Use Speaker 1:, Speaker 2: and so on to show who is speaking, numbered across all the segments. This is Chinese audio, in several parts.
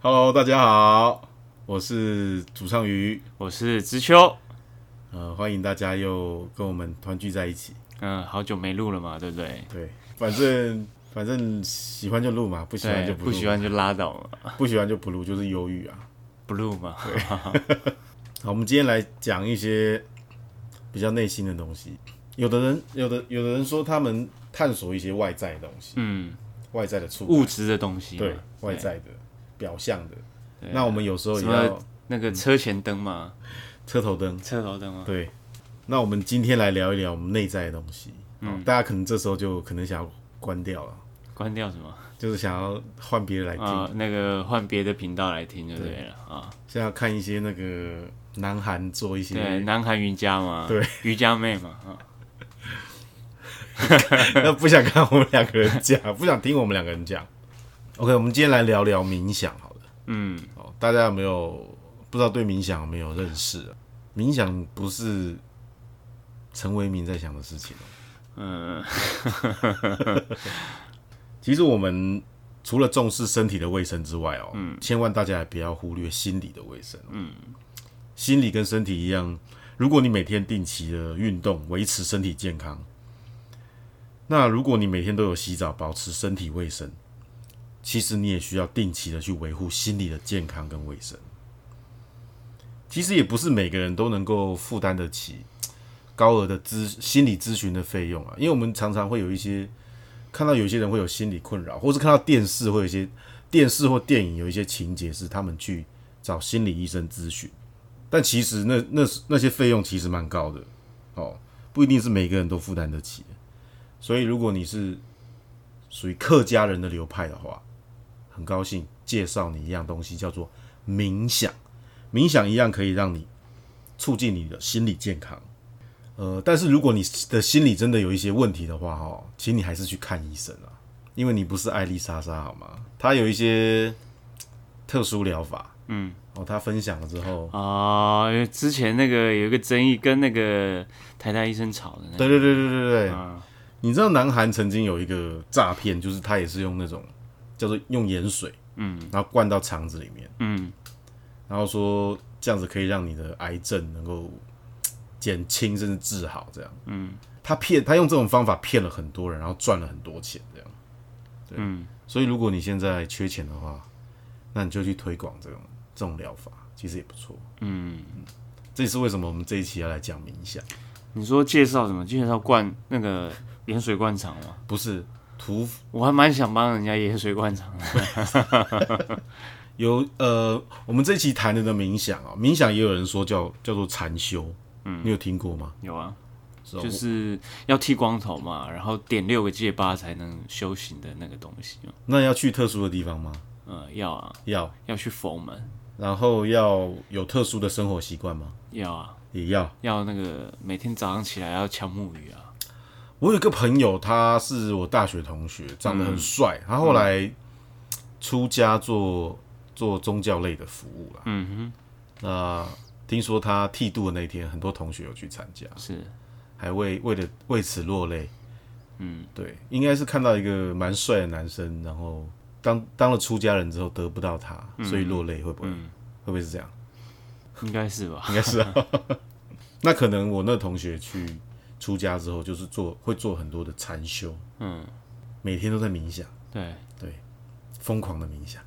Speaker 1: Hello，大家好，我是主唱鱼，
Speaker 2: 我是知秋。
Speaker 1: 呃，欢迎大家又跟我们团聚在一起。
Speaker 2: 嗯，好久没录了嘛，对不对？
Speaker 1: 对，反正反正喜欢就录嘛，不喜欢
Speaker 2: 对，
Speaker 1: 就不录，
Speaker 2: 不喜欢就拉倒嘛，
Speaker 1: 不喜欢就不录，就是忧郁啊。
Speaker 2: 不录嘛。
Speaker 1: 好，我们今天来讲一些比较内心的东西。有的人，有的有的人说他们探索一些外在的东西，
Speaker 2: 嗯，
Speaker 1: 外在的触
Speaker 2: 物
Speaker 1: 感，
Speaker 2: 质的东西嘛。
Speaker 1: 对，外在的表象的。
Speaker 2: 对
Speaker 1: 那我们有时候
Speaker 2: 什
Speaker 1: 也
Speaker 2: 么
Speaker 1: 要
Speaker 2: 那个车前灯嘛，
Speaker 1: 车头灯，
Speaker 2: 车头灯嘛。
Speaker 1: 对，那我们今天来聊一聊我们内在的东西。嗯，大家可能这时候就可能想要关掉了，
Speaker 2: 关掉什么？
Speaker 1: 就是想要换别人来听，
Speaker 2: 啊，那个换别的频道来听就对了啊。
Speaker 1: 现在要看一些那个南韩做一
Speaker 2: 对，
Speaker 1: 些，
Speaker 2: 南韩瑜伽嘛，
Speaker 1: 对，
Speaker 2: 瑜伽妹嘛，啊，
Speaker 1: 那不想看我们两个人讲，不想听我们两个人讲。OK，我们今天来聊聊冥想好了。
Speaker 2: 嗯，
Speaker 1: 哦，大家有没有不知道对冥想有没有认识、啊？冥想不是陈为民在想的事情、哦。
Speaker 2: 嗯，
Speaker 1: 其实我们除了重视身体的卫生之外哦，嗯，千万大家也不要忽略心理的卫生、嗯，心理跟身体一样，如果你每天定期的运动，维持身体健康，那如果你每天都有洗澡，保持身体卫生，其实你也需要定期的去维护心理的健康跟卫生。其实也不是每个人都能够负担得起高额的咨心理咨询的费用啊，因为我们常常会有一些看到有些人会有心理困扰，或是看到电视会有一些电视或电影有一些情节是他们去找心理医生咨询，但其实那那那些费用其实蛮高的哦，不一定是每个人都负担得起的。所以如果你是属于客家人的流派的话，很高兴介绍你一样东西，叫做冥想。冥想一样可以让你促进你的心理健康。呃，但是如果你的心理真的有一些问题的话，哦，请你还是去看医生啊，因为你不是艾丽莎莎好吗？她有一些特殊疗法，
Speaker 2: 嗯，
Speaker 1: 哦，她分享了之后，
Speaker 2: 啊，因为之前那个有一个争议，跟那个台大医生吵的那个，
Speaker 1: 对对对对对对，
Speaker 2: 啊，
Speaker 1: 你知道南韩曾经有一个诈骗，就是他也是用那种叫做用盐水，
Speaker 2: 嗯，
Speaker 1: 然后灌到肠子里面，
Speaker 2: 嗯，
Speaker 1: 然后说这样子可以让你的癌症能够减轻甚至治好，这样。嗯，他骗他用这种方法骗了很多人，然后赚了很多钱，这样。对，
Speaker 2: 嗯、
Speaker 1: 所以如果你现在缺钱的话，那你就去推广这种这种疗法，其实也不错。
Speaker 2: 嗯，
Speaker 1: 这也是为什么我们这一期要来讲冥想，
Speaker 2: 你说介绍什么？介绍灌那个盐水灌肠吗？
Speaker 1: 不是屠
Speaker 2: 我还蛮想帮人家盐水灌肠的。
Speaker 1: 有呃，我们这期谈的的冥想啊、冥想也有人说叫叫做禅修，嗯，你有听过吗？
Speaker 2: 有啊，
Speaker 1: 是哦
Speaker 2: 就是要剃光头嘛，然后点六个戒疤才能修行的那个东西嘛。
Speaker 1: 那要去特殊的地方吗？
Speaker 2: 呃，要啊，
Speaker 1: 要，
Speaker 2: 要去佛门，
Speaker 1: 然后要有特殊的生活习惯吗？
Speaker 2: 要啊，
Speaker 1: 也要。
Speaker 2: 要那个每天早上起来要敲木鱼啊。
Speaker 1: 我有一个朋友，他是我大学同学，长得很帅，他后来出家做做宗教类的服务啦。
Speaker 2: 嗯
Speaker 1: 那、听说他剃度的那天，很多同学有去参加，
Speaker 2: 哼，是，
Speaker 1: 还为为了为此落泪。
Speaker 2: 嗯，
Speaker 1: 对，应该是看到一个蛮帅的男生，然后当当了出家人之后得不到他，所以落泪，会不会、
Speaker 2: 嗯
Speaker 1: 会不会是这样？
Speaker 2: 应该是吧。
Speaker 1: 应该是啊。 那可能我那同学去出家之后，就是做会做很多的禅修，
Speaker 2: 嗯，
Speaker 1: 每天都在冥想，
Speaker 2: 对，
Speaker 1: 疯狂的冥想。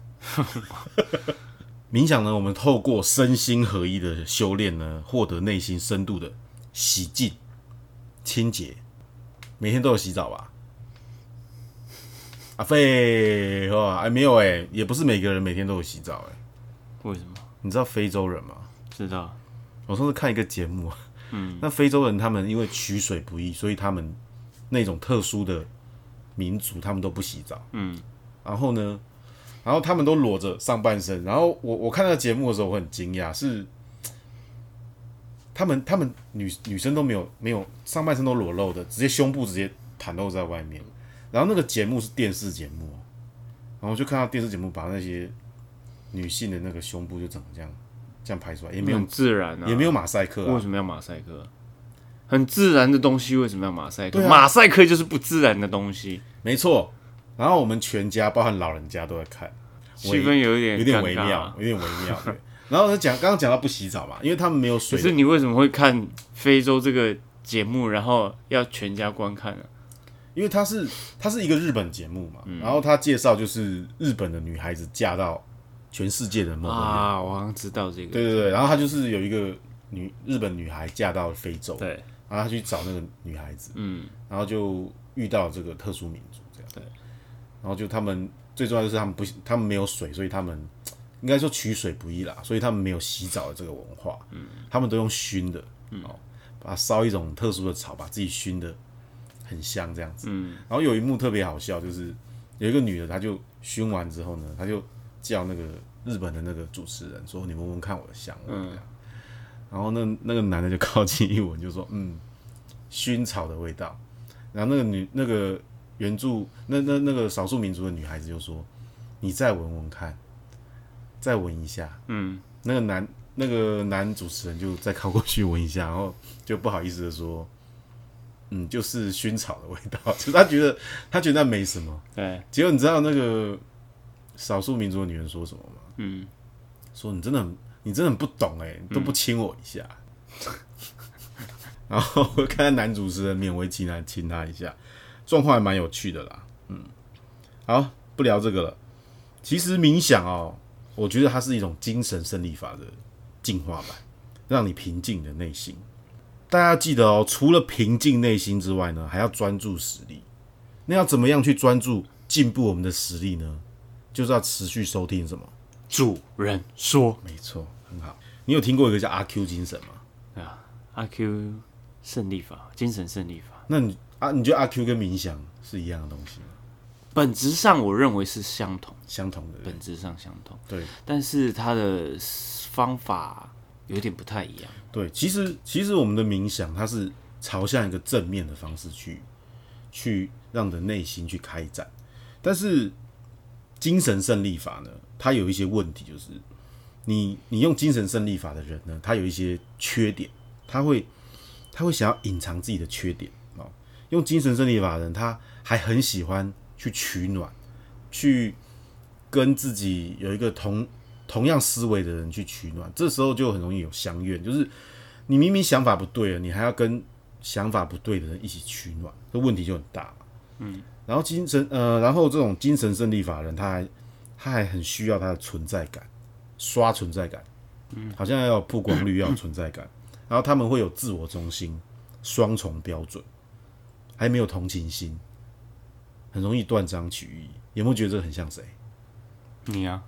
Speaker 1: 冥想呢，我们透过身心合一的修炼呢，获得内心深度的洗净、清洁。每天都有洗澡吧？啊，废话，哎，没有哎、也不是每个人每天都有洗澡哎、
Speaker 2: 为什么？
Speaker 1: 你知道非洲人吗？
Speaker 2: 知道，
Speaker 1: 我上次看一个节目，
Speaker 2: 嗯，
Speaker 1: 那非洲人他们因为取水不易，所以他们那种特殊的民族，他们都不洗澡。
Speaker 2: 嗯，
Speaker 1: 然后呢，然后他们都裸着上半身。然后我我看那个节目的时候，我很惊讶，是他们他们女女生都没有没有上半身都裸露的，直接胸部直接袒露在外面。然后那个节目是电视节目哦，然后就看到电视节目把那些女性的那个胸部就整个这样这样拍出来，也没有、
Speaker 2: 很自然啊，
Speaker 1: 也没有马赛克啊
Speaker 2: 为，什么要马赛克？很自然的东西为什么要马赛克？
Speaker 1: 对啊
Speaker 2: 马赛克就是不自然的东西。
Speaker 1: 没错。然后我们全家，包含老人家都在看。
Speaker 2: 气氛有一点
Speaker 1: 有点
Speaker 2: 哎尴
Speaker 1: 微
Speaker 2: 尬啊
Speaker 1: 妙，。有点微妙。对， 然后他讲刚刚讲到不洗澡嘛，因为他们没有
Speaker 2: 可
Speaker 1: 水
Speaker 2: 是
Speaker 1: 的，
Speaker 2: 你为什么会看非洲这个节目，然后要全家观看呢、啊
Speaker 1: 因为他是他是一个日本节目嘛，
Speaker 2: 嗯
Speaker 1: 然后他介绍就是日本的女孩子嫁到全世界的某个人，
Speaker 2: 啊，我好像知道这个。
Speaker 1: 对对对，然后他就是有一个女日本女孩嫁到非洲，
Speaker 2: 对，
Speaker 1: 然后他去找那个女孩子，
Speaker 2: 嗯，
Speaker 1: 然后就遇到这个特殊民族这样。
Speaker 2: 对，
Speaker 1: 然后就他们最重要就是他们不，他们没有水，所以他们应该说取水不易啦，所以他们没有洗澡的这个文化，嗯，他们都用熏的，嗯、哦，把它烧一种特殊的草，把自己熏的很香这样子。嗯，然后有一幕特别好笑，就是有一个女的，她就熏完之后呢，她就叫那个日本的那个主持人说：“你闻闻看我的香味。”这样。然后那那个男的就靠近一闻，就说：“嗯，熏草的味道。”然后那个女那个原著那那那个少数民族的女孩子就说：“你再闻闻看，再闻一下。”嗯，那个男那个男主持人就再靠过去闻一下，然后就不好意思的说：“嗯，就是薰草的味道。”就是他觉得他觉得那没什么。
Speaker 2: 对，
Speaker 1: 结果你知道那个少数民族的女人说什么吗？
Speaker 2: 嗯，
Speaker 1: 说你真的很你真的很不懂哎、你都不亲我一下。 然后我看到男主持人勉为其难亲他一下，状况还蛮有趣的啦。嗯，好，不聊这个了。其实冥想哦，我觉得它是一种精神胜利法的进化版，让你平静你的内心。大家记得哦，除了平静内心之外呢，还要专注实力。那要怎么样去专注进步我们的实力呢？就是要持续收听什么？
Speaker 2: 主人说
Speaker 1: 没错，很好。你有听过一个叫阿 Q 精神吗？
Speaker 2: 啊，阿 Q 胜利法，精神胜利法，
Speaker 1: 那你啊，你觉得阿 Q 跟冥想是一样的东西吗？
Speaker 2: 本质上我认为是相同，
Speaker 1: 相同的，
Speaker 2: 本质上相同，
Speaker 1: 对
Speaker 2: 但是它的方法有点不太一样。
Speaker 1: 对。其实其实我们的冥想，它是朝向一个正面的方式去去让你的内心去开展，但是精神胜利法呢，它有一些问题，就是你你用精神胜利法的人呢，他有一些缺点，他会他会想要隐藏自己的缺点哦。用精神胜利法的人，他还很喜欢去取暖，去跟自己有一个同同样思维的人去取暖，这时候就很容易有相怨，就是你明明想法不对了，你还要跟想法不对的人一起取暖，这问题就很大。嗯，然后精神呃，然后这种精神胜利法的人，他还他还很需要他的存在感，刷存在感，嗯，好像要有曝光率，要有存在 感，然后他们会有自我中心，双重标准，还没有同情心，很容易断章取义。有没有觉得这个很像谁？
Speaker 2: 你啊，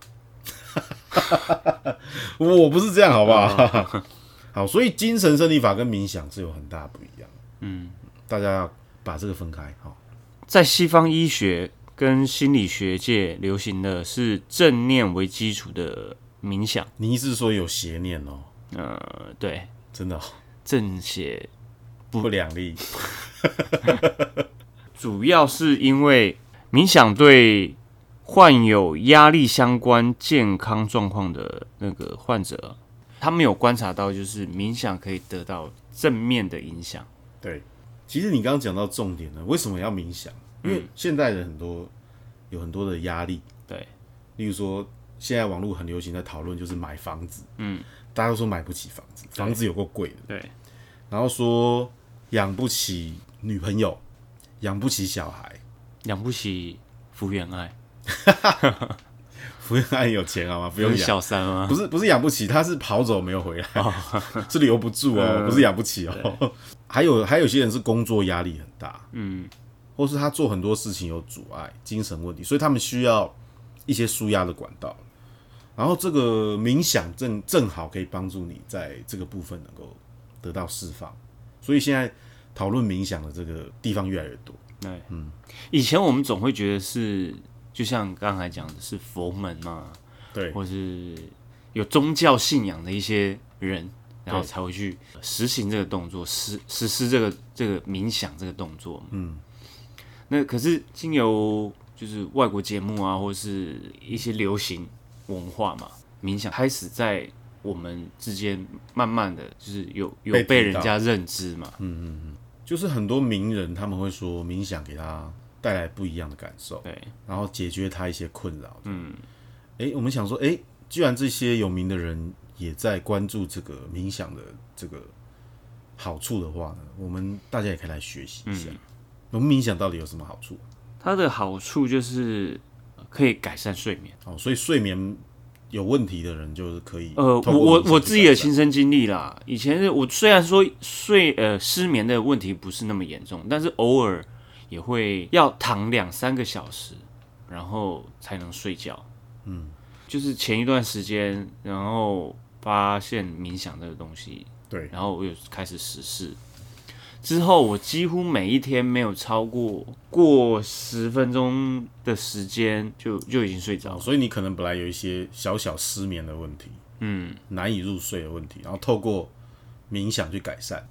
Speaker 1: 我不是这样，好不好？ 好，所以精神胜利法跟冥想是有很大不一样。嗯，大家要把这个分开哈。
Speaker 2: 在西方医学跟心理学界流行的是正念为基础的冥想，
Speaker 1: 你是说有邪念哦？
Speaker 2: 呃，对，
Speaker 1: 真的哦、
Speaker 2: 正邪
Speaker 1: 不良力
Speaker 2: 主要是因为冥想对患有压力相关健康状况的那个患者，他们有观察到，就是冥想可以得到正面的影响。
Speaker 1: 对，其实你刚刚讲到重点了，为什么要冥想？因为现代人很多有很多的压力，
Speaker 2: 对，
Speaker 1: 例如说现在网络很流行在讨论就是买房子，嗯，大家都说买不起房子，房子有够贵的，
Speaker 2: 对，
Speaker 1: 然后说养不起女朋友，养不起小孩，
Speaker 2: 养不起福原爱，
Speaker 1: 不用爱有钱好吗？不
Speaker 2: 不
Speaker 1: 用养。
Speaker 2: 小哦三吗？
Speaker 1: 不是不是养不起，他是跑走没有回来， 是留不住
Speaker 2: 嗯
Speaker 1: 哦，不是养不起哦。还有还有些人是工作压力很大，嗯，或是他做很多事情有阻碍，精神问题，所以他们需要一些舒压的管道。然后这个冥想正正好可以帮助你在这个部分能够得到释放，所以现在讨论冥想的这个地方越来越多。
Speaker 2: 对，嗯，以前我们总会觉得是，就像刚才讲的是佛门嘛，
Speaker 1: 对
Speaker 2: 或是有宗教信仰的一些人，然后
Speaker 1: 对
Speaker 2: 才会去实行这个动作，实实施这个这个冥想这个动作。嗯，那可是经由就是外国节目啊，或是一些流行文化嘛，冥想开始在我们之间慢慢的就是有有
Speaker 1: 被提
Speaker 2: 被人
Speaker 1: 到嗯
Speaker 2: 家认知嘛。
Speaker 1: 就是很多名人他们会说冥想给他带来不一样的感受，
Speaker 2: 对，
Speaker 1: 然后解决他一些困扰。嗯，诶，我们想说，诶，居然这些有名的人也在关注这个冥想的这个好处的话呢，我们大家也可以来学习一
Speaker 2: 嗯
Speaker 1: 下，我们冥想到底有什么好处？
Speaker 2: 它的好处就是呃可以改善睡眠。
Speaker 1: 哦，所以睡眠有问题的人就是可以
Speaker 2: 呃，我
Speaker 1: 透过
Speaker 2: 我
Speaker 1: 冥想
Speaker 2: 我
Speaker 1: 去
Speaker 2: 自己的
Speaker 1: 改善
Speaker 2: 亲身经历啦，以前是我虽然说睡呃失眠的问题不是那么严重，但是偶尔也会要躺两三个小时，然后才能睡觉。嗯，就是前一段时间，然后发现冥想这个东西，
Speaker 1: 对
Speaker 2: 然后我又开始实施。之后我几乎每一天没有超过过十分钟的时间就就已经睡着
Speaker 1: 哦，
Speaker 2: 了。
Speaker 1: 所以你可能本来有一些小小失眠的问题，嗯，难以入睡的问题，然后透过冥想去改善。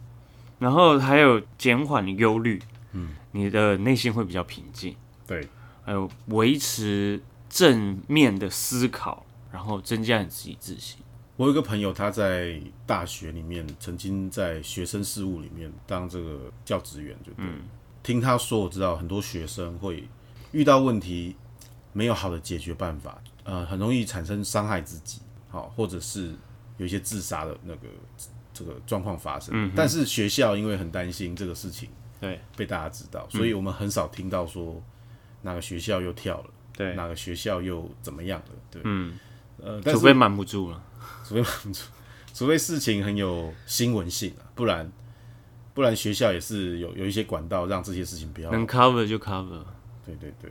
Speaker 2: 然后还有减缓忧虑，嗯，你的内心会比较平静，
Speaker 1: 对，
Speaker 2: 还有维持正面的思考，然后增加你自己自信。
Speaker 1: 我有一个朋友，他在大学里面曾经在学生事务里面当这个教职员，就对。
Speaker 2: 嗯
Speaker 1: 听他说，我知道很多学生会遇到问题，没有好的解决办法，呃，很容易产生伤害自己，好、或者是有一些自杀的那个这个状况发生。但是学校因为很担心这个事情，
Speaker 2: 嗯对嗯
Speaker 1: 被大家知道，所以我们很少听到说哪个学校又跳了，
Speaker 2: 对，
Speaker 1: 哪个学校又怎么样了，对，嗯，呃，但
Speaker 2: 除
Speaker 1: 是
Speaker 2: 非瞒不住了，
Speaker 1: 除非除非事情很有新闻性啊，不然不然学校也是有有一些管道让这些事情不要，
Speaker 2: 能 cover 就 cover。
Speaker 1: 对对对。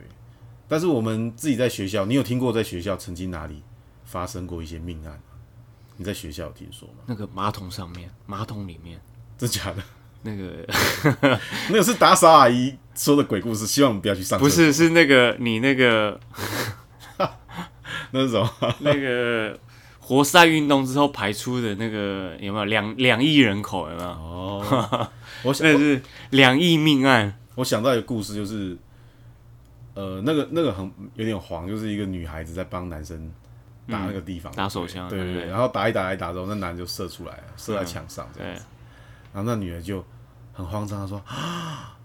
Speaker 1: 但是我们自己在学校，你有听过在学校曾经哪里发生过一些命案吗？你在学校有听说吗？
Speaker 2: 那个马桶上面，马桶里面，
Speaker 1: 真假的？
Speaker 2: 那个
Speaker 1: 那个是打扫阿姨说的鬼故事，希望我们不要去上。
Speaker 2: 不，是是那个你那个
Speaker 1: 那是什么？
Speaker 2: 那个活塞运动之后排出的那个有没有两两亿人口有没有？
Speaker 1: 哦，我想
Speaker 2: 那是两亿命案。
Speaker 1: 我想到一个故事，就是，呃，那个那个很有点黄，就是一个女孩子在帮男生打那个地方、
Speaker 2: 打手枪
Speaker 1: 对
Speaker 2: 对
Speaker 1: 对
Speaker 2: 不
Speaker 1: 对，
Speaker 2: 啊对嗯
Speaker 1: 然后打一打打一打之后，那男的就射出来了，射在墙上这样，
Speaker 2: 对，
Speaker 1: 然后那女的就很慌张，她说 啊，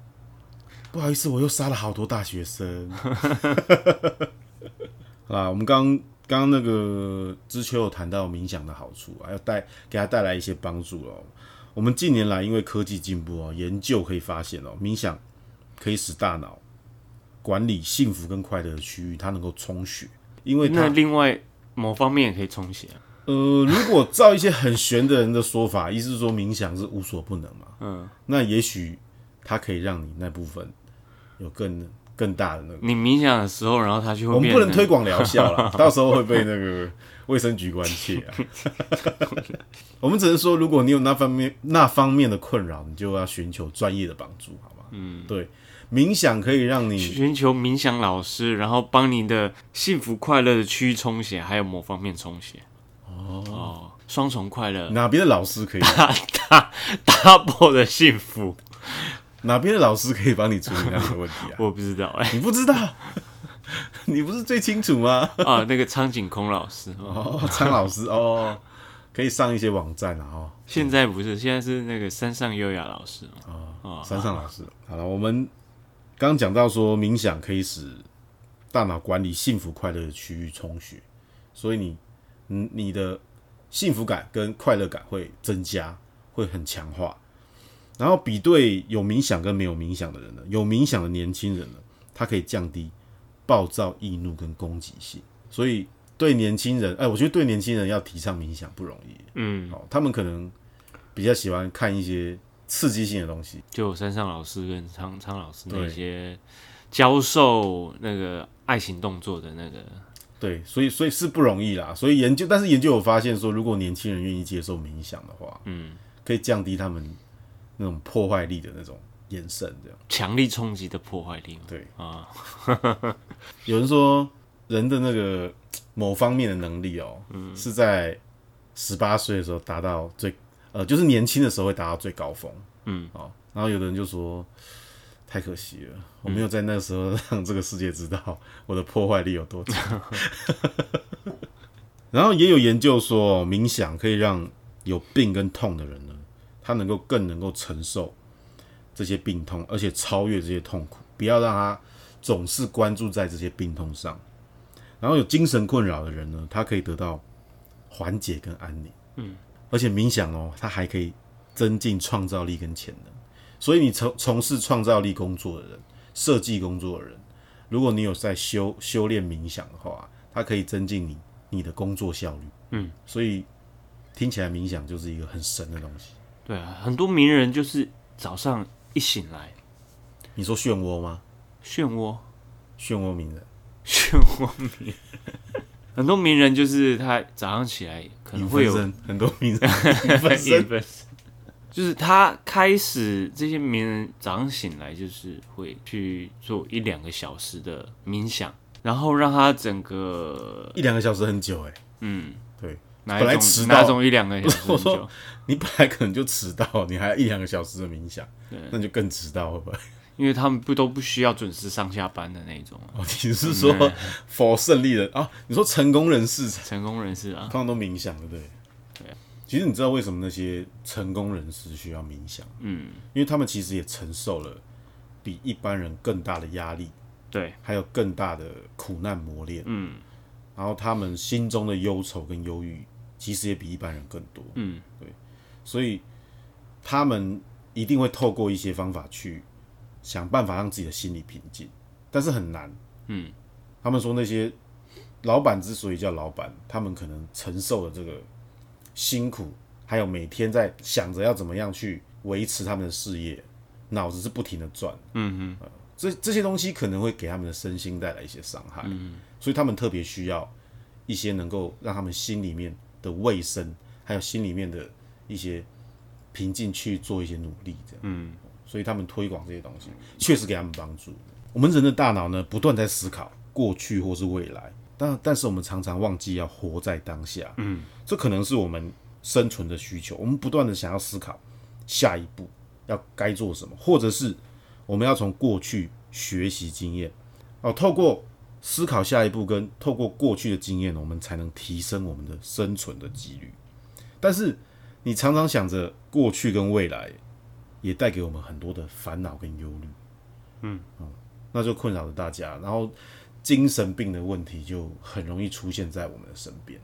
Speaker 1: 不好意思，我又杀了好多大学生。 啊，我们刚刚那个知秋有谈到冥想的好处，还有带给他带来一些帮助哦。我们近年来因为科技进步哦，研究可以发现哦，冥想可以使大脑管理幸福跟快乐的区域，它能够充血，因为它
Speaker 2: 那另外某方面也可以充血啊。
Speaker 1: 呃，如果照一些很玄的人的说法，意思是说冥想是无所不能嘛，
Speaker 2: 嗯，
Speaker 1: 那也许它可以让你那部分有更更大的那个。
Speaker 2: 你冥想的时候，然后它就会
Speaker 1: 我们
Speaker 2: 变
Speaker 1: 不能
Speaker 2: 成
Speaker 1: 推广疗效 啦，到时候会被那个卫生局关切啊。我们只能说，如果你有那方面那方面的困扰，你就要寻求专业的帮助，好吗？嗯，对，冥想可以让你
Speaker 2: 全球冥想老师，然后帮你的幸福快乐的区域充血，还有某方面充血。哦，双重快乐
Speaker 1: 哪边的老师可以，
Speaker 2: ，double 的幸福，
Speaker 1: 哪边的老师可以帮你处理那样的问题啊？
Speaker 2: 我不知道 哎、
Speaker 1: 你不知道， 你不是最清楚吗？
Speaker 2: 啊，那个苍井空老师，哦
Speaker 1: 哦，苍老师哦，可以上一些网站啊，哦，
Speaker 2: 现在不是，现在是那个山上优雅老师。
Speaker 1: 山上老师。好了，我们刚讲到说冥想可以使大脑管理幸福快乐的区域充血，所以你你你的幸福感跟快乐感会增加，会很强化。然后比对有冥想跟没有冥想的人呢，有冥想的年轻人呢，他可以降低暴躁、易怒跟攻击性，所以对年轻人，哎，我觉得对年轻人要提倡冥想不容易。
Speaker 2: 嗯，
Speaker 1: 哦，他们可能比较喜欢看一些刺激性的东西，
Speaker 2: 就有山上老师跟苍苍老师那
Speaker 1: 对
Speaker 2: 些教授那个爱情动作的那个，
Speaker 1: 对，所以所以是不容易啦。所以研究，但是研究有发现说，如果年轻人愿意接受冥想的话，
Speaker 2: 嗯，
Speaker 1: 可以降低他们那种破坏力的那种延伸。这样，
Speaker 2: 强力冲击的破坏力嘛。
Speaker 1: 对
Speaker 2: 啊，
Speaker 1: 有人说人的那个某方面的能力哦，嗯、是在十八岁的时候达到最，呃，就是年轻的时候会达到最高峰。
Speaker 2: 嗯，
Speaker 1: 哦，然后有的人就说。太可惜了，我没有在那时候让这个世界知道 我的破坏力有多强。 然后也有研究说，冥想可以让有病跟痛的人呢，他能够更能够承受这些病痛，而且超越这些痛苦，不要让他总是关注在这些病痛上。然后有精神困扰的人呢，他可以得到缓解跟安宁。嗯，而且冥想哦，它还可以增进创造力跟潜能。所以你从从事创造力工作的人、设计工作的人，如果你有在修修炼冥想的话，它可以增进你你的工作效率。嗯，所以听起来冥想就是一个很神的东西。
Speaker 2: 对啊，很多名人就是早上一醒来，
Speaker 1: 你说漩涡吗？
Speaker 2: 漩涡，
Speaker 1: 漩涡鸣人
Speaker 2: 漩涡鸣人。很多名人就是他早上起来可能
Speaker 1: 影
Speaker 2: 嗯 会
Speaker 1: 分
Speaker 2: 有
Speaker 1: 身，很多名人影分 身，
Speaker 2: 就是他开始这些名人早上醒来，就是会去做一两个小时的冥想，然后让他整个
Speaker 1: 一两个小时很久哎、
Speaker 2: 嗯，
Speaker 1: 对，
Speaker 2: 哪
Speaker 1: 本来
Speaker 2: 一
Speaker 1: 迟
Speaker 2: 种
Speaker 1: 到
Speaker 2: 哪种一两个小时
Speaker 1: 我
Speaker 2: 很
Speaker 1: 说
Speaker 2: 久，
Speaker 1: 你本来可能就迟到，你还一两个小时的冥想，那你就更迟到会不会？
Speaker 2: 因为他们不都不需要准时上下班的那种啊
Speaker 1: 哦，你是说否胜利人啊？你说成功人士通
Speaker 2: 成功人士啊，
Speaker 1: 常都冥想，对不对？
Speaker 2: 对。
Speaker 1: 其实你知道为什么那些成功人士需要冥想？
Speaker 2: 嗯，
Speaker 1: 因为他们其实也承受了比一般人更大的压力，
Speaker 2: 对，
Speaker 1: 还有更大的苦难磨练。
Speaker 2: 嗯，
Speaker 1: 然后他们心中的忧愁跟忧郁，其实也比一般人更多。
Speaker 2: 嗯，
Speaker 1: 对，所以他们一定会透过一些方法去想办法让自己的心理平静，但是很难。
Speaker 2: 嗯，
Speaker 1: 他们说那些老板之所以叫老板，他们可能承受的这个辛苦，还有每天在想着要怎么样去维持他们的事业，脑子是不停的转。
Speaker 2: 嗯
Speaker 1: 呃这这些东西可能会给他们的身心带来一些伤害。嗯，所以他们特别需要一些能够让他们心里面的卫生，还有心里面的一些平静去做一些努力，这样。嗯，所以他们推广这些东西，确实给他们帮助。我们人的大脑呢，不断在思考过去或是未来，但但是我们常常忘记要活在当下。嗯，这可能是我们生存的需求，我们不断的想要思考下一步要该做什么，或者是我们要从过去学习经验，哦，透过思考下一步跟透过过去的经验，我们才能提升我们的生存的几率。但是你常常想着过去跟未来，也带给我们很多的烦恼跟忧虑。嗯那就困扰着大家，然后精神病的问题就很容易出现在我们的身边。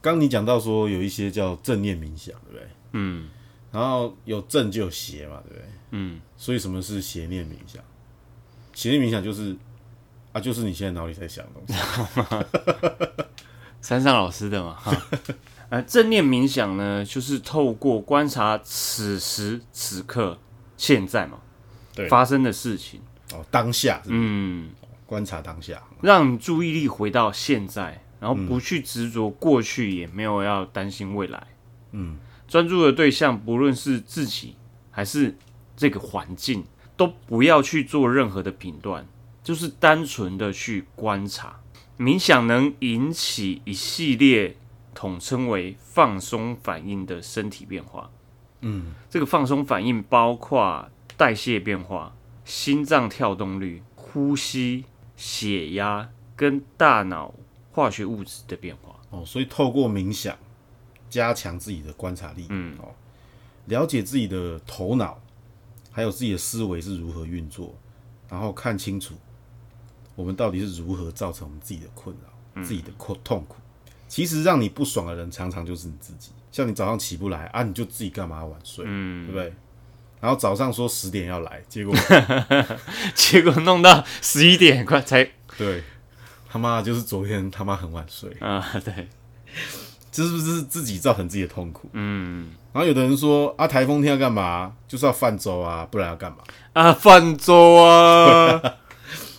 Speaker 1: 刚你讲到说有一些叫正念冥想，对不对？
Speaker 2: 嗯
Speaker 1: 然后有正就有邪嘛，对不对？
Speaker 2: 嗯，
Speaker 1: 所以什么是邪念冥想？邪念冥想就是啊，就是你现在脑里在想的东西。
Speaker 2: 山上老师的嘛，哈 呃，正念冥想呢，就是透过观察此时此刻现在嘛
Speaker 1: 对
Speaker 2: 发生的事情，
Speaker 1: 哦，当下是不是哦
Speaker 2: 嗯，
Speaker 1: 观察当下，
Speaker 2: 让你注意力回到现在，然后不去执着过去，也没有要担心未来。
Speaker 1: 嗯，
Speaker 2: 专注的对象，不论是自己还是这个环境，都不要去做任何的评断，就是单纯的去观察。冥想能引起一系列统称为放松反应的身体变化。
Speaker 1: 嗯，
Speaker 2: 这个放松反应包括代谢变化、心脏跳动率、呼吸、血压跟大脑化学物质的变化。
Speaker 1: 哦，所以透过冥想加强自己的观察力，嗯，哦，了解自己的头脑，还有自己的思维是如何运作，然后看清楚我们到底是如何造成我们自己的困扰、自己的困痛苦。其实让你不爽的人，常常就是你自己。像你早上起不来啊，你就自己干嘛晚睡，嗯，对不对？然后早上说十点要来， 结果
Speaker 2: 结果弄到十一点快才
Speaker 1: 对他妈就是昨天他妈很晚睡，
Speaker 2: 啊、对，
Speaker 1: 这是不是自己造成自己的痛苦？
Speaker 2: 嗯
Speaker 1: 然后有的人说啊，台风天要干嘛？就是要泛舟啊，不然要干嘛？
Speaker 2: 啊，泛舟啊，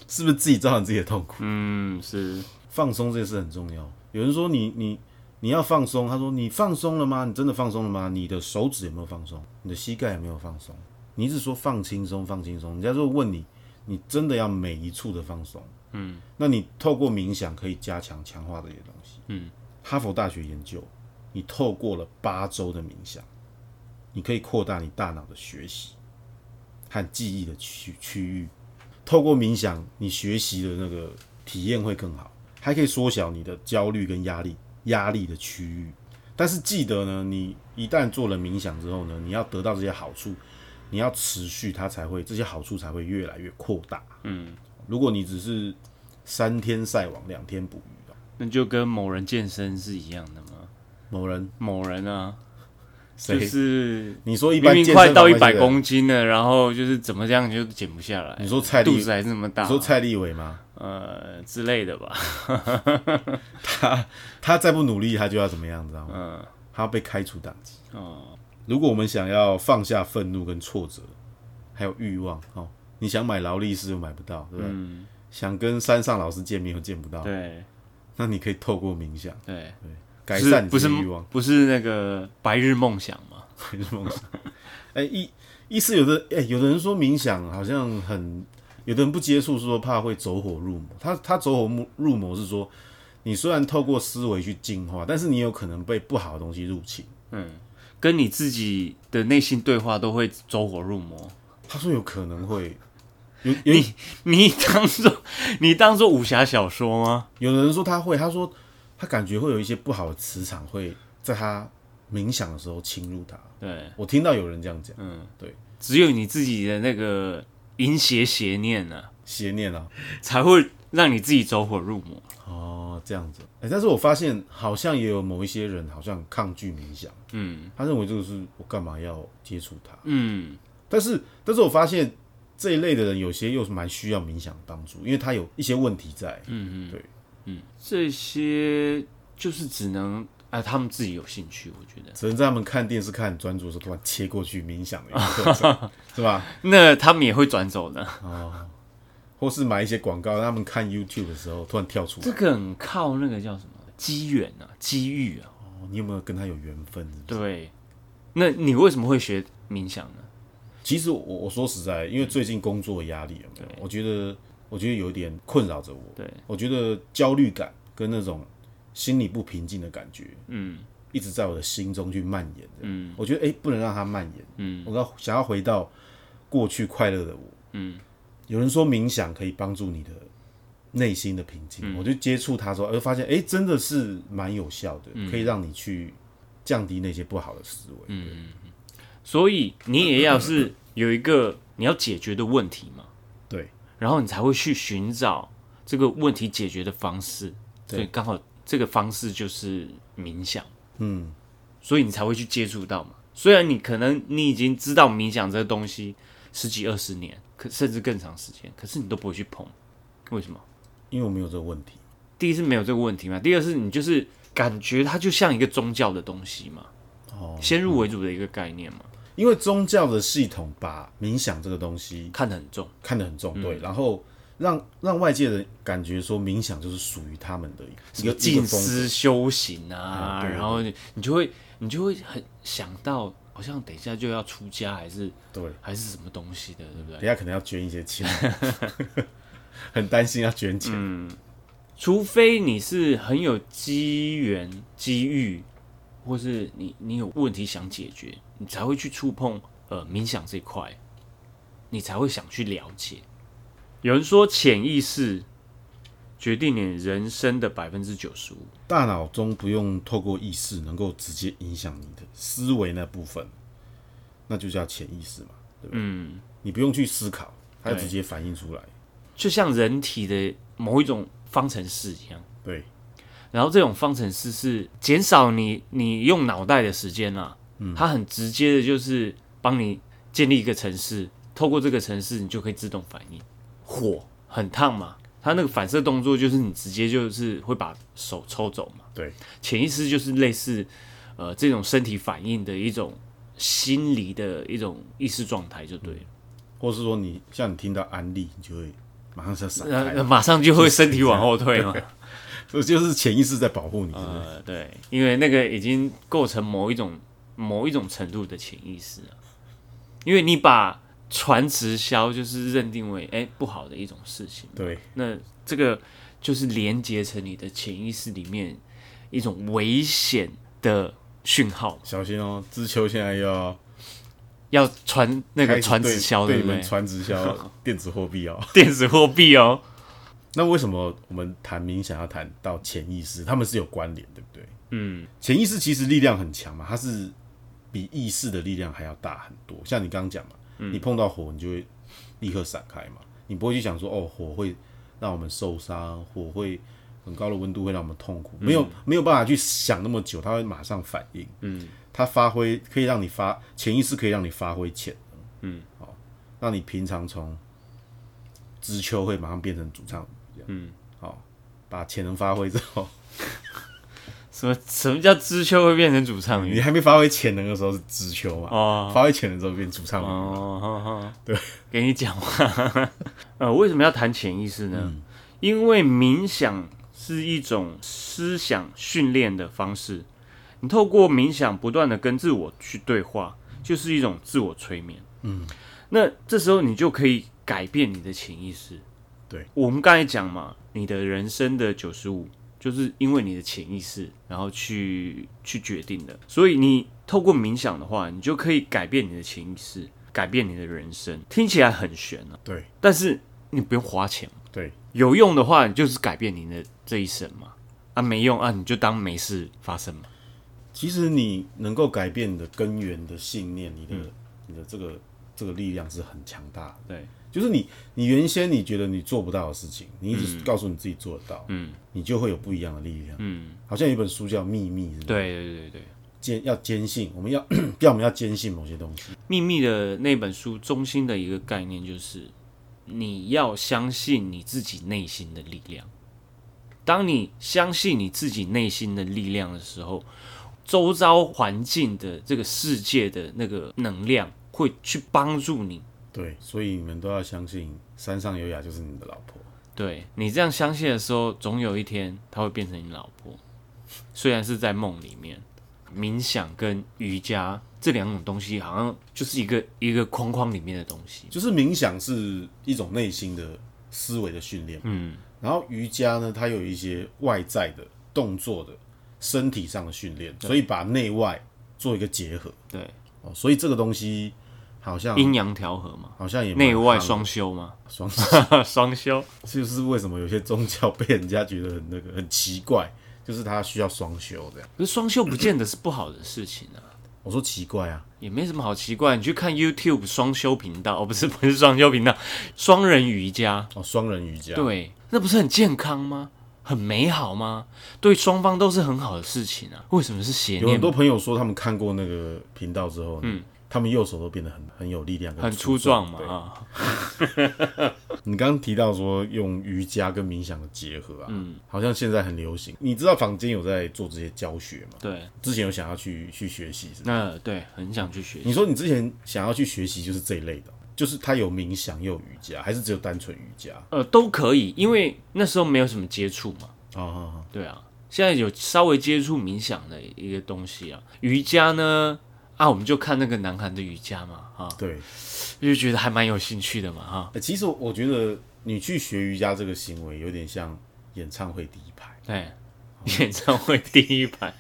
Speaker 1: 是不是自己造成自己的痛苦？
Speaker 2: 嗯是，
Speaker 1: 放松这件事很重要。有人说你你你要放松，他说你放松了吗？你真的放松了吗？你的手指有没有放松？你的膝盖有没有放松？你一直说放轻松，放轻松，人家就会问你，你真的要每一处的放松？嗯，那你透过冥想可以加强强化这些东西。
Speaker 2: 嗯，
Speaker 1: 哈佛大学研究，你透过了八周的冥想，你可以扩大你大脑的学习和记忆的区区域。透过冥想，你学习的那个体验会更好，还可以缩小你的焦虑跟压力压力的区域。但是记得呢，你一旦做了冥想之后呢，你要得到这些好处，你要持续，它才会这些好处才会越来越扩大。嗯，如果你只是三天晒网，两天捕鱼，
Speaker 2: 那就跟某人健身是一样的吗？
Speaker 1: 某人
Speaker 2: 某人啊，就
Speaker 1: 谁？
Speaker 2: 是
Speaker 1: 你说一
Speaker 2: 明
Speaker 1: 般
Speaker 2: 明
Speaker 1: 健
Speaker 2: 快
Speaker 1: 身
Speaker 2: 到
Speaker 1: 房
Speaker 2: 一
Speaker 1: 那些
Speaker 2: 百
Speaker 1: 人，
Speaker 2: 公斤了，然后就是怎么样就减不下来，
Speaker 1: 你说蔡
Speaker 2: 肚
Speaker 1: 立，
Speaker 2: 子还是那么大，
Speaker 1: 你说蔡立伟吗？
Speaker 2: 呃之类的吧？
Speaker 1: 他再不努力，他就要怎么样，你知道吗？
Speaker 2: 嗯
Speaker 1: 他要被开除党籍。
Speaker 2: 哦
Speaker 1: 如果我们想要放下愤怒跟挫折，还有欲望，哦，你想买劳力士又买不到，对不对？
Speaker 2: 嗯，
Speaker 1: 想跟山上老师见面又见不到，
Speaker 2: 对
Speaker 1: 那你可以透过冥想
Speaker 2: 对，
Speaker 1: 改善你
Speaker 2: 不
Speaker 1: 自己
Speaker 2: 是
Speaker 1: 的欲望，
Speaker 2: 不是那个白日梦想嘛？
Speaker 1: 还是梦想。哎、一一是有的，哎、有的人说冥想好像很，有的人不接触，说怕会走火入魔。他他走火入入魔是说，你虽然透过思维去进化，但是你有可能被不好的东西入侵。
Speaker 2: 嗯，跟你自己的内心对话都会走火入魔。
Speaker 1: 他说有可能会，有有
Speaker 2: 你当做你当做武侠小说吗？
Speaker 1: 有的人说他会，他说他感觉会有一些不好的磁场会在他冥想的时候侵入他。
Speaker 2: 对，
Speaker 1: 我听到有人这样讲，
Speaker 2: 嗯，
Speaker 1: 对，
Speaker 2: 只有你自己的那个淫邪邪念呢、啊，
Speaker 1: 邪念啊，
Speaker 2: 才会让你自己走火入魔。
Speaker 1: 哦，这样子。哎、但是我发现好像也有某一些人好像抗拒冥想，
Speaker 2: 嗯
Speaker 1: 他认为这个是我干嘛要接触它。
Speaker 2: 嗯，
Speaker 1: 但是，但是我发现这一类的人有些又是蛮需要冥想的帮助，因为他有一些问题在。
Speaker 2: 嗯这些就是只能啊，他们自己有兴趣，我觉得
Speaker 1: 只能在他们看电视看很专注的时候，突然切过去冥想的一个过 程，是吧？
Speaker 2: 那他们也会转走的。
Speaker 1: 或是买一些广告，让他们看 YouTube 的时候突然跳出来
Speaker 2: 这。个很靠那个叫什么机缘啊，机遇啊。
Speaker 1: 哦你有没有跟他有缘分？是不是
Speaker 2: 对，那你为什么会学冥想呢？
Speaker 1: 其实我我说实在，因为最近工作压力有没有？我觉得我觉得有点困扰着我。
Speaker 2: 对，
Speaker 1: 我觉得焦虑感跟那种心里不平静的感觉，
Speaker 2: 嗯
Speaker 1: 一直在我的心中去蔓延。
Speaker 2: 嗯，
Speaker 1: 我觉得哎、诶不能让它蔓延。
Speaker 2: 嗯，
Speaker 1: 我要想要回到过去快乐的我。
Speaker 2: 嗯，
Speaker 1: 有人说冥想可以帮助你的内心的平
Speaker 2: 嗯
Speaker 1: 静，我就接触它之后，而发现哎、诶真的是蛮有效的，
Speaker 2: 嗯
Speaker 1: 可以让你去降低那些不好的思维。嗯，
Speaker 2: 所以你也要是有一个你要解决的问题嘛，
Speaker 1: 对，
Speaker 2: 然后你才会去寻找这个问题解决的方式。所以刚好这个方式就是冥想，
Speaker 1: 嗯，
Speaker 2: 所以你才会去接触到嘛。虽然你可能你已经知道冥想这个东西十几二十年，可甚至更长时间，可是你都不会去碰，为什么？
Speaker 1: 因为我没有这个问题。
Speaker 2: 第一是没有这个问题嘛，第二是你就是感觉它就像一个宗教的东西嘛，
Speaker 1: 哦，
Speaker 2: 先入为主的一个概念嘛，
Speaker 1: 因为宗教的系统把冥想这个东西
Speaker 2: 看得很重。
Speaker 1: 看得很重，对，然后让让外界人感觉说冥想就是属于他们的一
Speaker 2: 什
Speaker 1: 个
Speaker 2: 么
Speaker 1: 一个
Speaker 2: 静
Speaker 1: 风格。
Speaker 2: 思修行啊，
Speaker 1: 嗯对
Speaker 2: 然后你你就会你就会很想到，好像等一下就要出家，还是
Speaker 1: 对，
Speaker 2: 还是什么东西的，对不
Speaker 1: 等
Speaker 2: 对？
Speaker 1: 一下可能要捐一些 钱，很担心要捐钱。
Speaker 2: 除非你是很有机缘、机遇，或是你你有问题想解决，你才会去触碰呃冥想这一块，你才会想去了解。有人说潜意识决定你人生的百分之九十五，
Speaker 1: 大脑中不用透过意识能够直接影响你的思维那部分，那就叫潜意识嘛，对不对？
Speaker 2: 嗯，
Speaker 1: 你不用去思考，它就
Speaker 2: 对
Speaker 1: 直接反映出来。
Speaker 2: 就像人体的某一种方程式一样。
Speaker 1: 对，
Speaker 2: 然后这种方程式是减少你你用脑袋的时间啦、啊
Speaker 1: 嗯
Speaker 2: 它很直接的就是帮你建立一个城市，透过这个城市你就可以自动反应。火很烫嘛，它那个反射动作就是你直接就是会把手抽走嘛。
Speaker 1: 对，
Speaker 2: 潜意识就是类似呃这种身体反应的一种心理的一种意识状态就对了，
Speaker 1: 或是说你像你听到安利，你就会马上就要闪
Speaker 2: 那、
Speaker 1: 嗯开，
Speaker 2: 马上就会身体往后退嘛。
Speaker 1: 这 就是潜意识在保护你，对不对？
Speaker 2: 呃，对，因为那个已经构成某一种某一种程度的潜意识了，因为你把传直销就是认定为哎不好的一种事情，
Speaker 1: 对，
Speaker 2: 那这个就是连接成你的潜意识里面一种危险的讯号，
Speaker 1: 小心哦，知秋现在又要
Speaker 2: 要传那
Speaker 1: 开
Speaker 2: 个
Speaker 1: 始
Speaker 2: 传
Speaker 1: 对
Speaker 2: 直销，
Speaker 1: 对
Speaker 2: 不
Speaker 1: 你们
Speaker 2: 对？
Speaker 1: 传直 销电子货币哦。
Speaker 2: 电子货币哦，
Speaker 1: 那为什么我们谈冥想要谈到潜意识，他们是有关联，对不对？
Speaker 2: 嗯，
Speaker 1: 潜意识其实力量很强嘛，它是比意识的力量还要大很多。像你刚刚讲嘛，你碰到火，你就会立刻闪开嘛，你不会去想说哦，火会让我们受伤，火会很高的温度会让我们痛苦，没有没有办法去想那么久，它会马上反应。嗯，它发挥可以让你发潜意识可以让你发挥潜能。嗯，哦，让你平常从知秋会马上变成主唱。嗯，好、把潜能发挥之后，
Speaker 2: 什么什么叫知秋会变成主唱鱼？
Speaker 1: 你还没发挥潜能的时候是知秋嘛？
Speaker 2: 哦
Speaker 1: 发挥潜能之后变主唱。
Speaker 2: 哦，好好，对，给你讲话。 呃，为什么要谈潜意识呢？因为冥想是一种思想训练的方式，你透过冥想不断的跟自我去对话，就是一种自我催眠。嗯，那这时候你就可以改变你的潜意识。
Speaker 1: 对，
Speaker 2: 我们刚才讲嘛，你的人生的九十五。就是因为你的潜意识，然后去去决定的。所以你透过冥想的话，你就可以改变你的潜意识，改变你的人生。听起来很悬啊，
Speaker 1: 对
Speaker 2: 但是你不用花钱，
Speaker 1: 对，
Speaker 2: 有用的话，你就是改变你的这一生嘛。啊，没用啊，你就当没事发生嘛。
Speaker 1: 其实你能够改变你的根源的信念，你的、你的这个这个力量是很强大的。
Speaker 2: 嗯对，
Speaker 1: 就是你，你原先你觉得你做不到的事情，你一
Speaker 2: 嗯
Speaker 1: 直告诉你自己做得到，嗯，你就会有不一样的力量，嗯，好像有一本书叫《秘密》，是吧？
Speaker 2: 对对对对，
Speaker 1: 坚要坚信，我们要 要我们要坚信某些东西，
Speaker 2: 秘密的那本书中心的一个概念就是，你要相信你自己内心的力量。当你相信你自己内心的力量的时候，周遭环境的这个世界的那个能量会去帮助你。
Speaker 1: 对，所以你们都要相信山上优雅就是你的老婆，
Speaker 2: 对你这样相信的时候，总有一天她会变成你老婆，虽然是在梦里面。冥想跟瑜伽这两种东西，好像就是一个一个框框里面的东西。
Speaker 1: 就是冥想是一种内心的思维的训练，
Speaker 2: 嗯，
Speaker 1: 然后瑜伽呢，它有一些外在的动作的身体上的训练，所以把内外做一个结合，
Speaker 2: 对，
Speaker 1: 哦，所以这个东西好像
Speaker 2: 阴阳调和嘛。
Speaker 1: 好像也蛮
Speaker 2: 内外
Speaker 1: 夯的
Speaker 2: 双修吗？
Speaker 1: 双
Speaker 2: 双修，
Speaker 1: 这 就是为什么有些宗教被人家觉得很那个很奇怪，就是他需要双修这样。
Speaker 2: 可是双修不见得是不好的事情啊，
Speaker 1: 我说奇怪啊，
Speaker 2: 也没什么好奇怪。你去看 YouTube 双修频道，哦，不是不是双修频道，双人瑜伽，
Speaker 1: 哦，双人瑜伽，
Speaker 2: 对，那不是很健康吗？很美好吗？对双方都是很好的事情啊。为什么是邪
Speaker 1: 有很
Speaker 2: 念？
Speaker 1: 多朋友说他们看过那个频道之后，嗯，他们右手都变得很很有力量，
Speaker 2: 很粗壮嘛啊，
Speaker 1: 对。你刚刚提到说用瑜伽跟冥想的结合啊，嗯，好像现在很流行。你知道坊间有在做这些教学吗？
Speaker 2: 对，
Speaker 1: 之前有想要去去学习是吗？
Speaker 2: 那对，很想去学习。
Speaker 1: 你说你之前想要去学习就是这一类的，就是它有冥想又有瑜伽，还是只有单纯瑜伽？
Speaker 2: 呃，都可以，因为那时候没有什么接触嘛。
Speaker 1: 啊、哦，
Speaker 2: 对啊，现在有稍微接触冥想的一个东西啊，瑜伽呢，啊，我们就看那个南韩的瑜伽嘛，啊，
Speaker 1: 对。
Speaker 2: 就觉得还蛮有兴趣的嘛，哈、
Speaker 1: 欸其实我我觉得你去学瑜伽这个行为有点像演唱会第一排，
Speaker 2: 对，哎演唱会第一 排，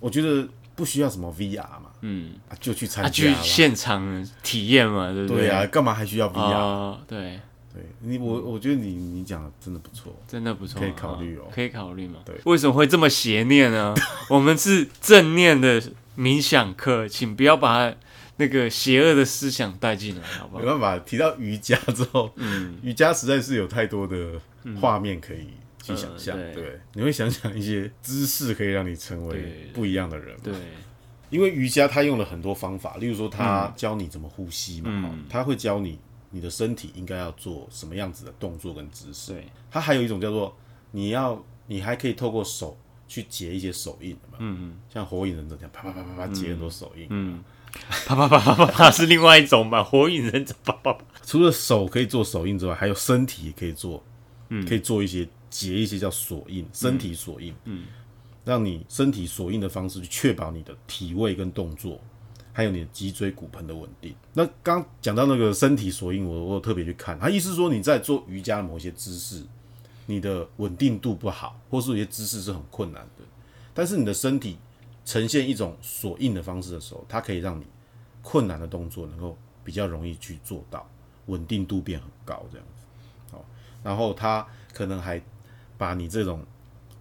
Speaker 1: 我觉得不需要什么 VR 嘛，
Speaker 2: 嗯，
Speaker 1: 啊就去
Speaker 2: 啊，
Speaker 1: 参加
Speaker 2: 去
Speaker 1: 啦。
Speaker 2: 现场体验嘛，对不
Speaker 1: 对
Speaker 2: 啊
Speaker 1: 啊，，干嘛还需要 VR？、
Speaker 2: 哦，对，
Speaker 1: 对你，我我觉得你你讲的真的不错，
Speaker 2: 真的不错啊，
Speaker 1: 可以考虑哦
Speaker 2: 可以考虑嘛，
Speaker 1: 对
Speaker 2: 为什么会这么邪 念呢？我们是正念的冥想课，请不要把那个邪恶的思想带进来，好不好
Speaker 1: 没？办法，提到瑜伽之后，
Speaker 2: 嗯
Speaker 1: 瑜伽实在是有太多的画面可以去想象，
Speaker 2: 呃对
Speaker 1: 对，你会想想一些姿势可以让你成
Speaker 2: 对对
Speaker 1: 为
Speaker 2: 对
Speaker 1: 不一样的人嘛，
Speaker 2: 对，
Speaker 1: 因为瑜伽它用了很多方法，例如说
Speaker 2: 嗯
Speaker 1: 它教你怎么呼吸嘛，哦它会教你你的身体应该要做什么样子的动作跟姿势。
Speaker 2: 对，
Speaker 1: 它还有一种叫做你要，你还可以透过手去结一些手印嘛，嗯，像火影忍者这样啪啪啪啪啪
Speaker 2: 嗯
Speaker 1: 结很多手印。
Speaker 2: 啪啪啪啪啪啪是另外一种吧，火影忍者啪啪啪。
Speaker 1: 除了手可以做手印之外，还有身体也可以做，嗯，可以做一些结一些叫锁印，身体锁印，嗯，让你身体锁印的方式去确保你的体位跟动作，还有你的脊椎骨盆的稳定。那刚讲到那个身体锁印，我我有特别去看，它意思说你在做瑜伽的某些姿势，你的稳定度不好，或是有些姿势是很困难的，但是你的身体呈现一种锁印的方式的时候，它可以让你困难的动作能够比较容易去做到，稳定度变很高这样子。好，然后它可能还把你这种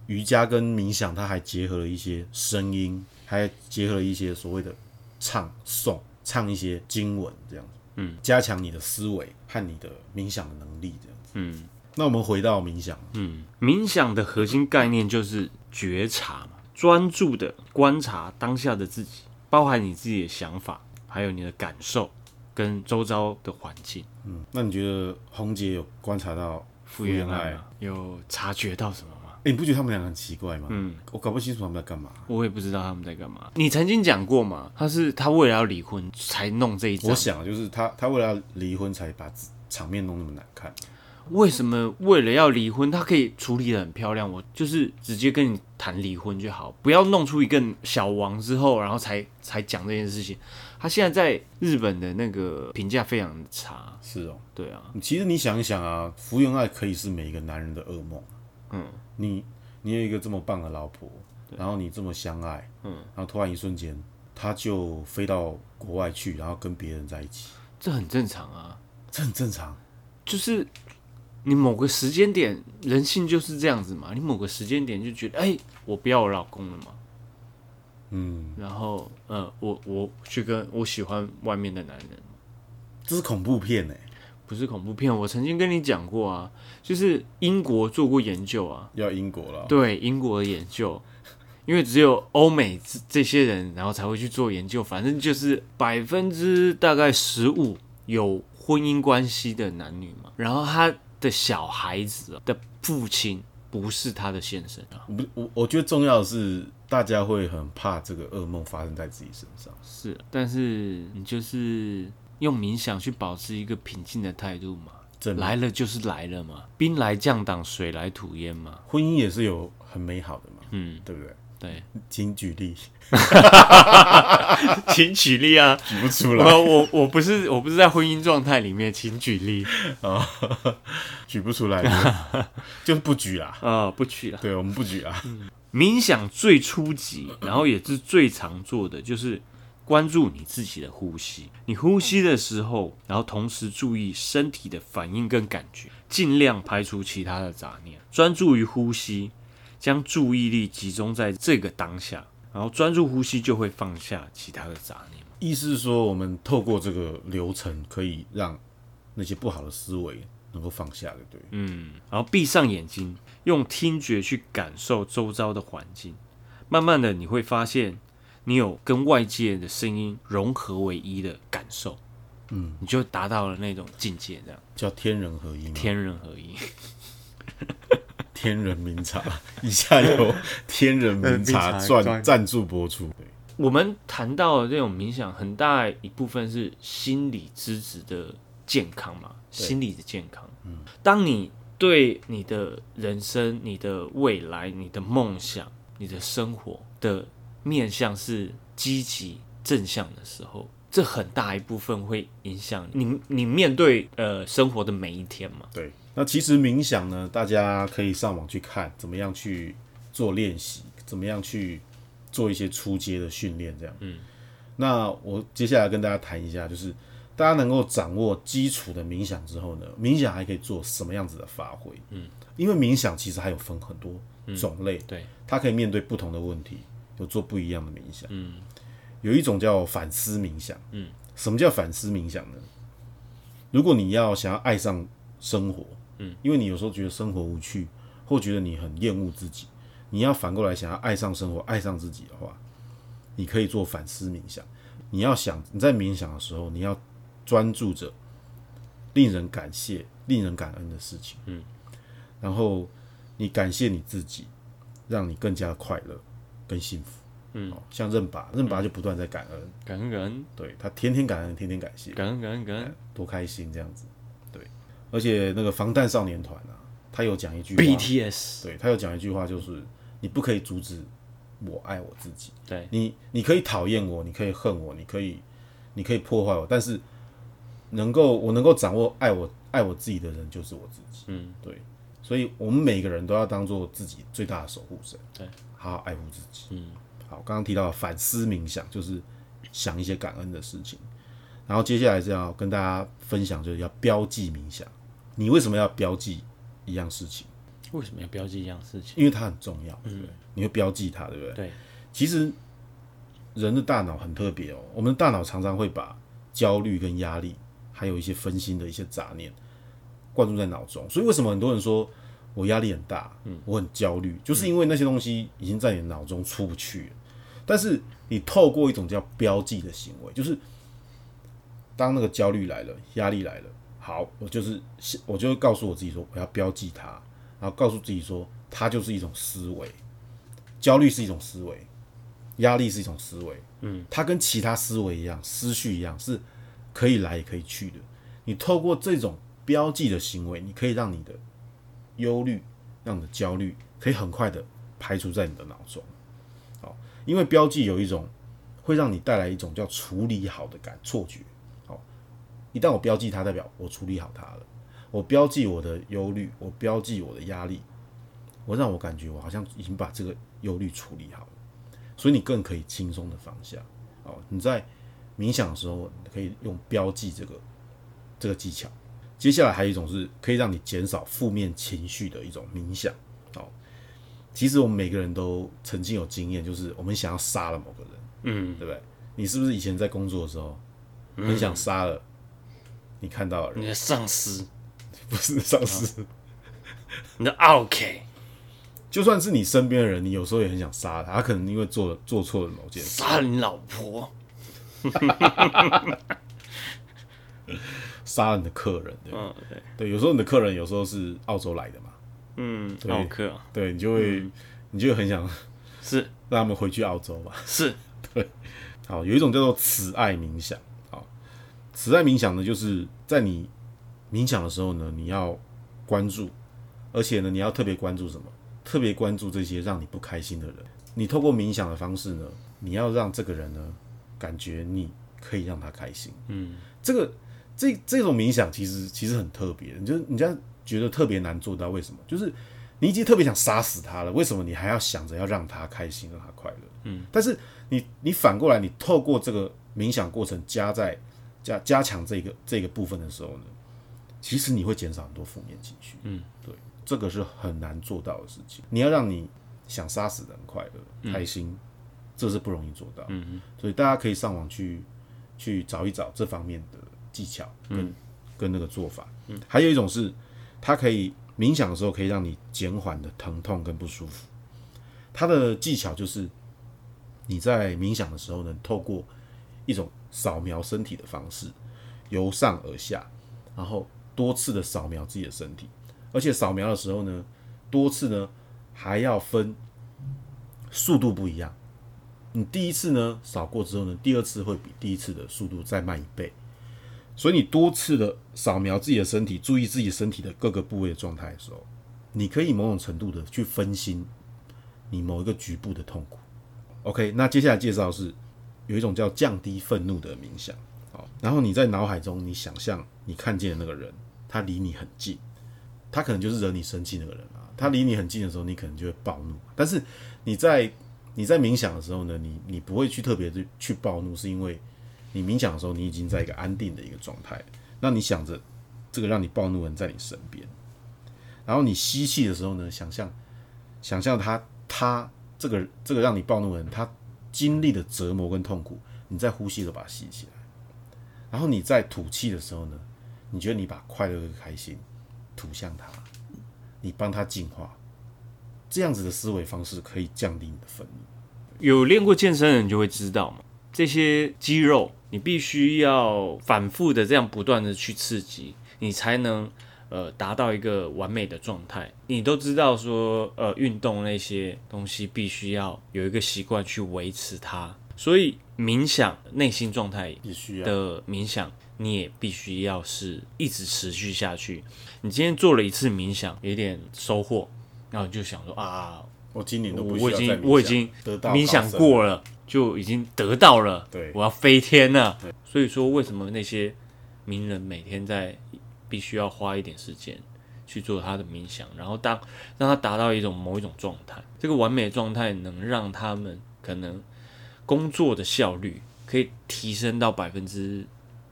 Speaker 1: 瑜伽跟冥想，它还结合了一些声音，还结合了一些所谓的唱诵，唱一些经文这样子。嗯，加强你的思维和你的冥想的能力这样子。嗯，那我们回到冥想，
Speaker 2: 嗯冥想的核心概念就是觉察嘛，专注的观察当下的自己，包含你自己的想法，还有你的感受跟周遭的环境。
Speaker 1: 嗯，那你觉得红姐有观察到
Speaker 2: 傅园爱吗啊有察觉到什么吗？
Speaker 1: 哎、你不觉得他们两个很奇怪吗？嗯，我搞不清楚他们在干嘛。
Speaker 2: 我也不知道他们在干嘛。你曾经讲过嘛，他是他为了要离婚才弄这一招
Speaker 1: 我。想就是他，他为了要离婚才把自场面弄那么难看。
Speaker 2: 为什么为了要离婚，他可以处理的很漂亮？我就是直接跟你谈离婚就好，不要弄出一个小王之后，然后才才讲这件事情。他现在在日本的那个评价非常差，
Speaker 1: 是哦，
Speaker 2: 对啊，
Speaker 1: 其实你想一想啊，福原爱可以是每一个男人的噩梦。啊
Speaker 2: 嗯，
Speaker 1: 你你有一个这么棒的老婆，然后你这么相爱，嗯，然后突然一瞬间，他就飞到国外去，然后跟别人在一起，
Speaker 2: 这很正常啊。
Speaker 1: 这很正常。
Speaker 2: 就是你某个时间点，人性就是这样子嘛。你某个时间点就觉得，哎、我不要我老公了嘛。
Speaker 1: 嗯，
Speaker 2: 然后，呃，我我去跟我喜欢外面的男人，
Speaker 1: 这是恐怖片哎、
Speaker 2: 不是恐怖片。我曾经跟你讲过啊，就是英国做过研究啊，
Speaker 1: 要英国了。
Speaker 2: 对英国的研究，因为只有欧美这这些人，然后才会去做研究。反正就是百分之大概十五有婚姻关系的男女嘛，然后他的小孩子啊的父亲不是他的先生啊，
Speaker 1: 我不，我我觉得重要的是，大家会很怕这个噩梦发生在自己身上。
Speaker 2: 是，啊但是你就是用冥想去保持一个平静的态度嘛。
Speaker 1: 真的
Speaker 2: 来了就是来了嘛，兵来将挡，水来土掩嘛。
Speaker 1: 婚姻也是有很美好的嘛，
Speaker 2: 嗯，
Speaker 1: 对不对？
Speaker 2: 对，
Speaker 1: 请举例，
Speaker 2: 请举例啊。
Speaker 1: 举不出 来，
Speaker 2: 我我我不是我不是在婚姻状态里面，请举例
Speaker 1: 哦 举不出来， 就是不举啦。
Speaker 2: 啊、不举了。
Speaker 1: 对，我们不举啊。
Speaker 2: 冥想最初级，然后也是最常做的，就是关注你自己的呼吸。你呼吸的时候，然后同时注意身体的反应跟感觉，尽量排除其他的杂念，专注于呼吸，将注意力集中在这个当下，然后专注呼吸就会放下其他的杂念。
Speaker 1: 意思是说，我们透过这个流程，可以让那些不好的思维能够放下，对不对？
Speaker 2: 嗯，然后闭上眼睛，用听觉去感受周遭的环境。慢慢的，你会发现你有跟外界的声音融合为一的感受。嗯，你就达到了那种境界，这样
Speaker 1: 叫天人合一嘛，
Speaker 2: 天人合一。
Speaker 1: 天人名 茶。以下由 天人名
Speaker 2: 名
Speaker 1: 茶
Speaker 2: 茶
Speaker 1: 赞
Speaker 2: 赚
Speaker 1: 赞助播出。对
Speaker 2: 我们谈到的这种冥想，很大一部分是心理资质的健康嘛，心理的健康。嗯，当你对你的人生、你的未来、你的梦想、你的生活的面向是积极正向的时候，这很大一部分会影响你你面对呃生活的每一天嘛。
Speaker 1: 对，那其实冥想呢，大家可以上网去看怎么样去做练习，怎么样去做一些初阶的训练，这样。嗯，那我接下来跟大家谈一下，就是大家能够掌握基础的冥想之后呢，冥想还可以做什么样子的发挥？嗯，因为冥想其实还有分很多种类，
Speaker 2: 对，
Speaker 1: 它可以面对不同的问题，有做不一样的冥想。嗯，有一种叫反思冥想。嗯，什么叫反思冥想呢？如果你要想要爱上生活，嗯，因为你有时候觉得生活无趣，或觉得你很厌恶自己，你要反过来想要爱上生活、爱上自己的话，你可以做反思冥想。你要想你在冥想的时候，你要专注着令人感谢、令人感恩的事情，嗯，然后你感谢你自己，让你更加快乐、跟幸福。嗯、像任拔，任拔就不断在感恩，
Speaker 2: 感恩感恩
Speaker 1: 对他天天感恩，天天感谢。
Speaker 2: 感恩感恩感恩，
Speaker 1: 多开心这样子。对，而且那个防弹少年团啊，他有讲一句话
Speaker 2: BTS
Speaker 1: 对他有讲一句话，就是你不可以阻止我爱我自己。
Speaker 2: 对
Speaker 1: 你，你可以讨厌我，你可以恨我，你可以，你可以破坏我，但是能够我能够掌握爱我爱我自己的人就是我自己。
Speaker 2: 嗯，
Speaker 1: 对，所以我们每个人都要当做自己最大的守护神，
Speaker 2: 对，
Speaker 1: 好好爱护自己。
Speaker 2: 嗯，
Speaker 1: 好，刚刚提到的反思冥想就是想一些感恩的事情，然后接下来是要跟大家分享，就是要标记冥想。你为什么要标记一样事情？
Speaker 2: 为什么要标记一样事情？嗯
Speaker 1: 因为它很重要，对不对？你会标记它，对不对？
Speaker 2: 对，
Speaker 1: 其实人的大脑很特别哦，我们的大脑常常会把焦虑跟压力，还有一些分心的一些杂念，灌注在脑中。所以为什么很多人说我压力很大，嗯，我很焦虑，就是因为那些东西已经在你脑中出不去了。但是你透过一种叫标记的行为，就是当那个焦虑来了，压力来了，好，我就是我就会告诉我自己说，我要标记它，然后告诉自己说，它就是一种思维，焦虑是一种思维，压力是一种思维，嗯，它跟其他思维一样，思绪一样，是可以来也可以去的。你透过这种标记的行为，你可以让你的忧虑、让你的焦虑，可以很快的排除在你的脑中。哦，因为标记有一种会让你带来一种叫处理好的感错觉。哦，一旦我标记它，代表我处理好它了。我标记我的忧虑，我标记我的压力，我让我感觉我好像已经把这个忧虑处理好了，所以你更可以轻松的放下。哦，你在冥想的时候可以用标记这个这个技巧。接下来还有一种是可以让你减少负面情绪的一种冥想。哦，其实我们每个人都曾经有经验，就是我们想要杀了某个人，
Speaker 2: 嗯，
Speaker 1: 对不对？你是不是以前在工作的时候很想杀了你看到的人，
Speaker 2: 你的上司，
Speaker 1: 不是上司？
Speaker 2: 你的 OK，
Speaker 1: 就算是你身边的人，你有时候也很想杀他，他可能因为做做错了某件事，
Speaker 2: 杀了你老婆，
Speaker 1: 杀了你的客人，对吧
Speaker 2: 嗯，对，
Speaker 1: 对，有时候你的客人有时候是澳洲来的嘛，
Speaker 2: 嗯，
Speaker 1: 对
Speaker 2: 奥克啊
Speaker 1: 对你就会、你就会很想
Speaker 2: 是
Speaker 1: 让他们回去澳洲嘛。
Speaker 2: 是，
Speaker 1: 好，有一种叫做慈爱冥想。好，慈爱冥想呢，就是在你冥想的时候呢，你要关注，而且呢，你要特别关注什么？特别关注这些让你不开心的人。你透过冥想的方式呢，你要让这个人呢，感觉你可以让他开心。嗯，这个这这种冥想其实其实很特别，你就人家觉得特别难做到，为什么？就是你已经特别想杀死他了，为什么你还要想着要让他开心，让他快乐？嗯，但是你你反过来，你透过这个冥想过程加在加加强这个这个部分的时候呢，其实你会减少很多负面情绪。嗯，对，这个是很难做到的事情。你要让你想杀死人快乐、开心，这是不容易做到。嗯，所以大家可以上网去去找一找这方面的技巧跟、跟那个做法。嗯，还有一种是它可以冥想的时候可以让你减缓的疼痛跟不舒服。它的技巧就是你在冥想的时候呢，透过一种扫描身体的方式，由上而下，然后多次的扫描自己的身体，而且扫描的时候呢，多次呢还要分速度不一样。你第一次呢扫过之后呢，第二次会比第一次的速度再慢一倍，所以你多次的扫描自己的身体，注意自己身体的各个部位的状态的时候，你可以某种程度的去分心你某一个局部的痛苦。OK，那接下来介绍的是有一种叫降低愤怒的冥想。好，然后你在脑海中你想象你看见的那个人，他离你很近，他可能就是惹你生气那个人啊。他离你很近的时候，你可能就会暴怒。但是你在你在冥想的时候呢，你你不会去特别去去暴怒，是因为你冥想的时候你已经在一个安定的一个状态了。那你想着这个让你暴怒的人在你身边，然后你吸气的时候呢，想象想象他他这个这个让你暴怒的人，他经历的折磨跟痛苦，你在呼吸的时候把它吸起来，然后你在吐气的时候呢，你觉得你把快乐跟开心吐向他，你帮他净化，这样子的思维方式可以降低你的愤怒。
Speaker 2: 有练过健身的人就会知道嘛，这些肌肉你必须要反复的这样不断的去刺激，你才能呃达到一个完美的状态。你都知道说呃运动那些东西必须要有一个习惯去维持它，所以冥想内心状态
Speaker 1: 也需要
Speaker 2: 的冥想，你也必须要是一直持续下去。你今天做了一次冥想，有点收获，然后你就想说啊，
Speaker 1: 我今年都不需
Speaker 2: 我
Speaker 1: 要
Speaker 2: 已
Speaker 1: 再
Speaker 2: 经
Speaker 1: 冥想
Speaker 2: 我已经
Speaker 1: 得到
Speaker 2: 冥想
Speaker 1: 高僧了，
Speaker 2: 过了，就已经得到了，
Speaker 1: 对
Speaker 2: 我要飞天了。所以说，为什么那些名人每天在必须要花一点时间去做他的冥想，然后当让他达到一种某一种状态，这个完美的状态能让他们可能工作的效率可以提升到百分之，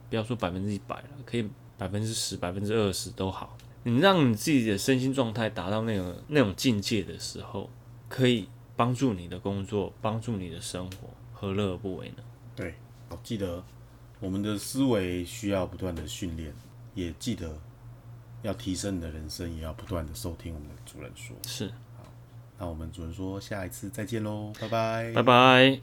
Speaker 2: 不要说百分之一百了，可以百分之十、百分之二十都好。你让你自己的身心状态达到那种那种境界的时候，可以帮助你的工作，帮助你的生活，何乐而不为呢？
Speaker 1: 对，好记得我们的思维需要不断的训练，也记得要提升你的人生，也要不断的收听我们的主人说。
Speaker 2: 是，
Speaker 1: 那我们主人说，下一次再见喽，拜拜
Speaker 2: 拜。拜。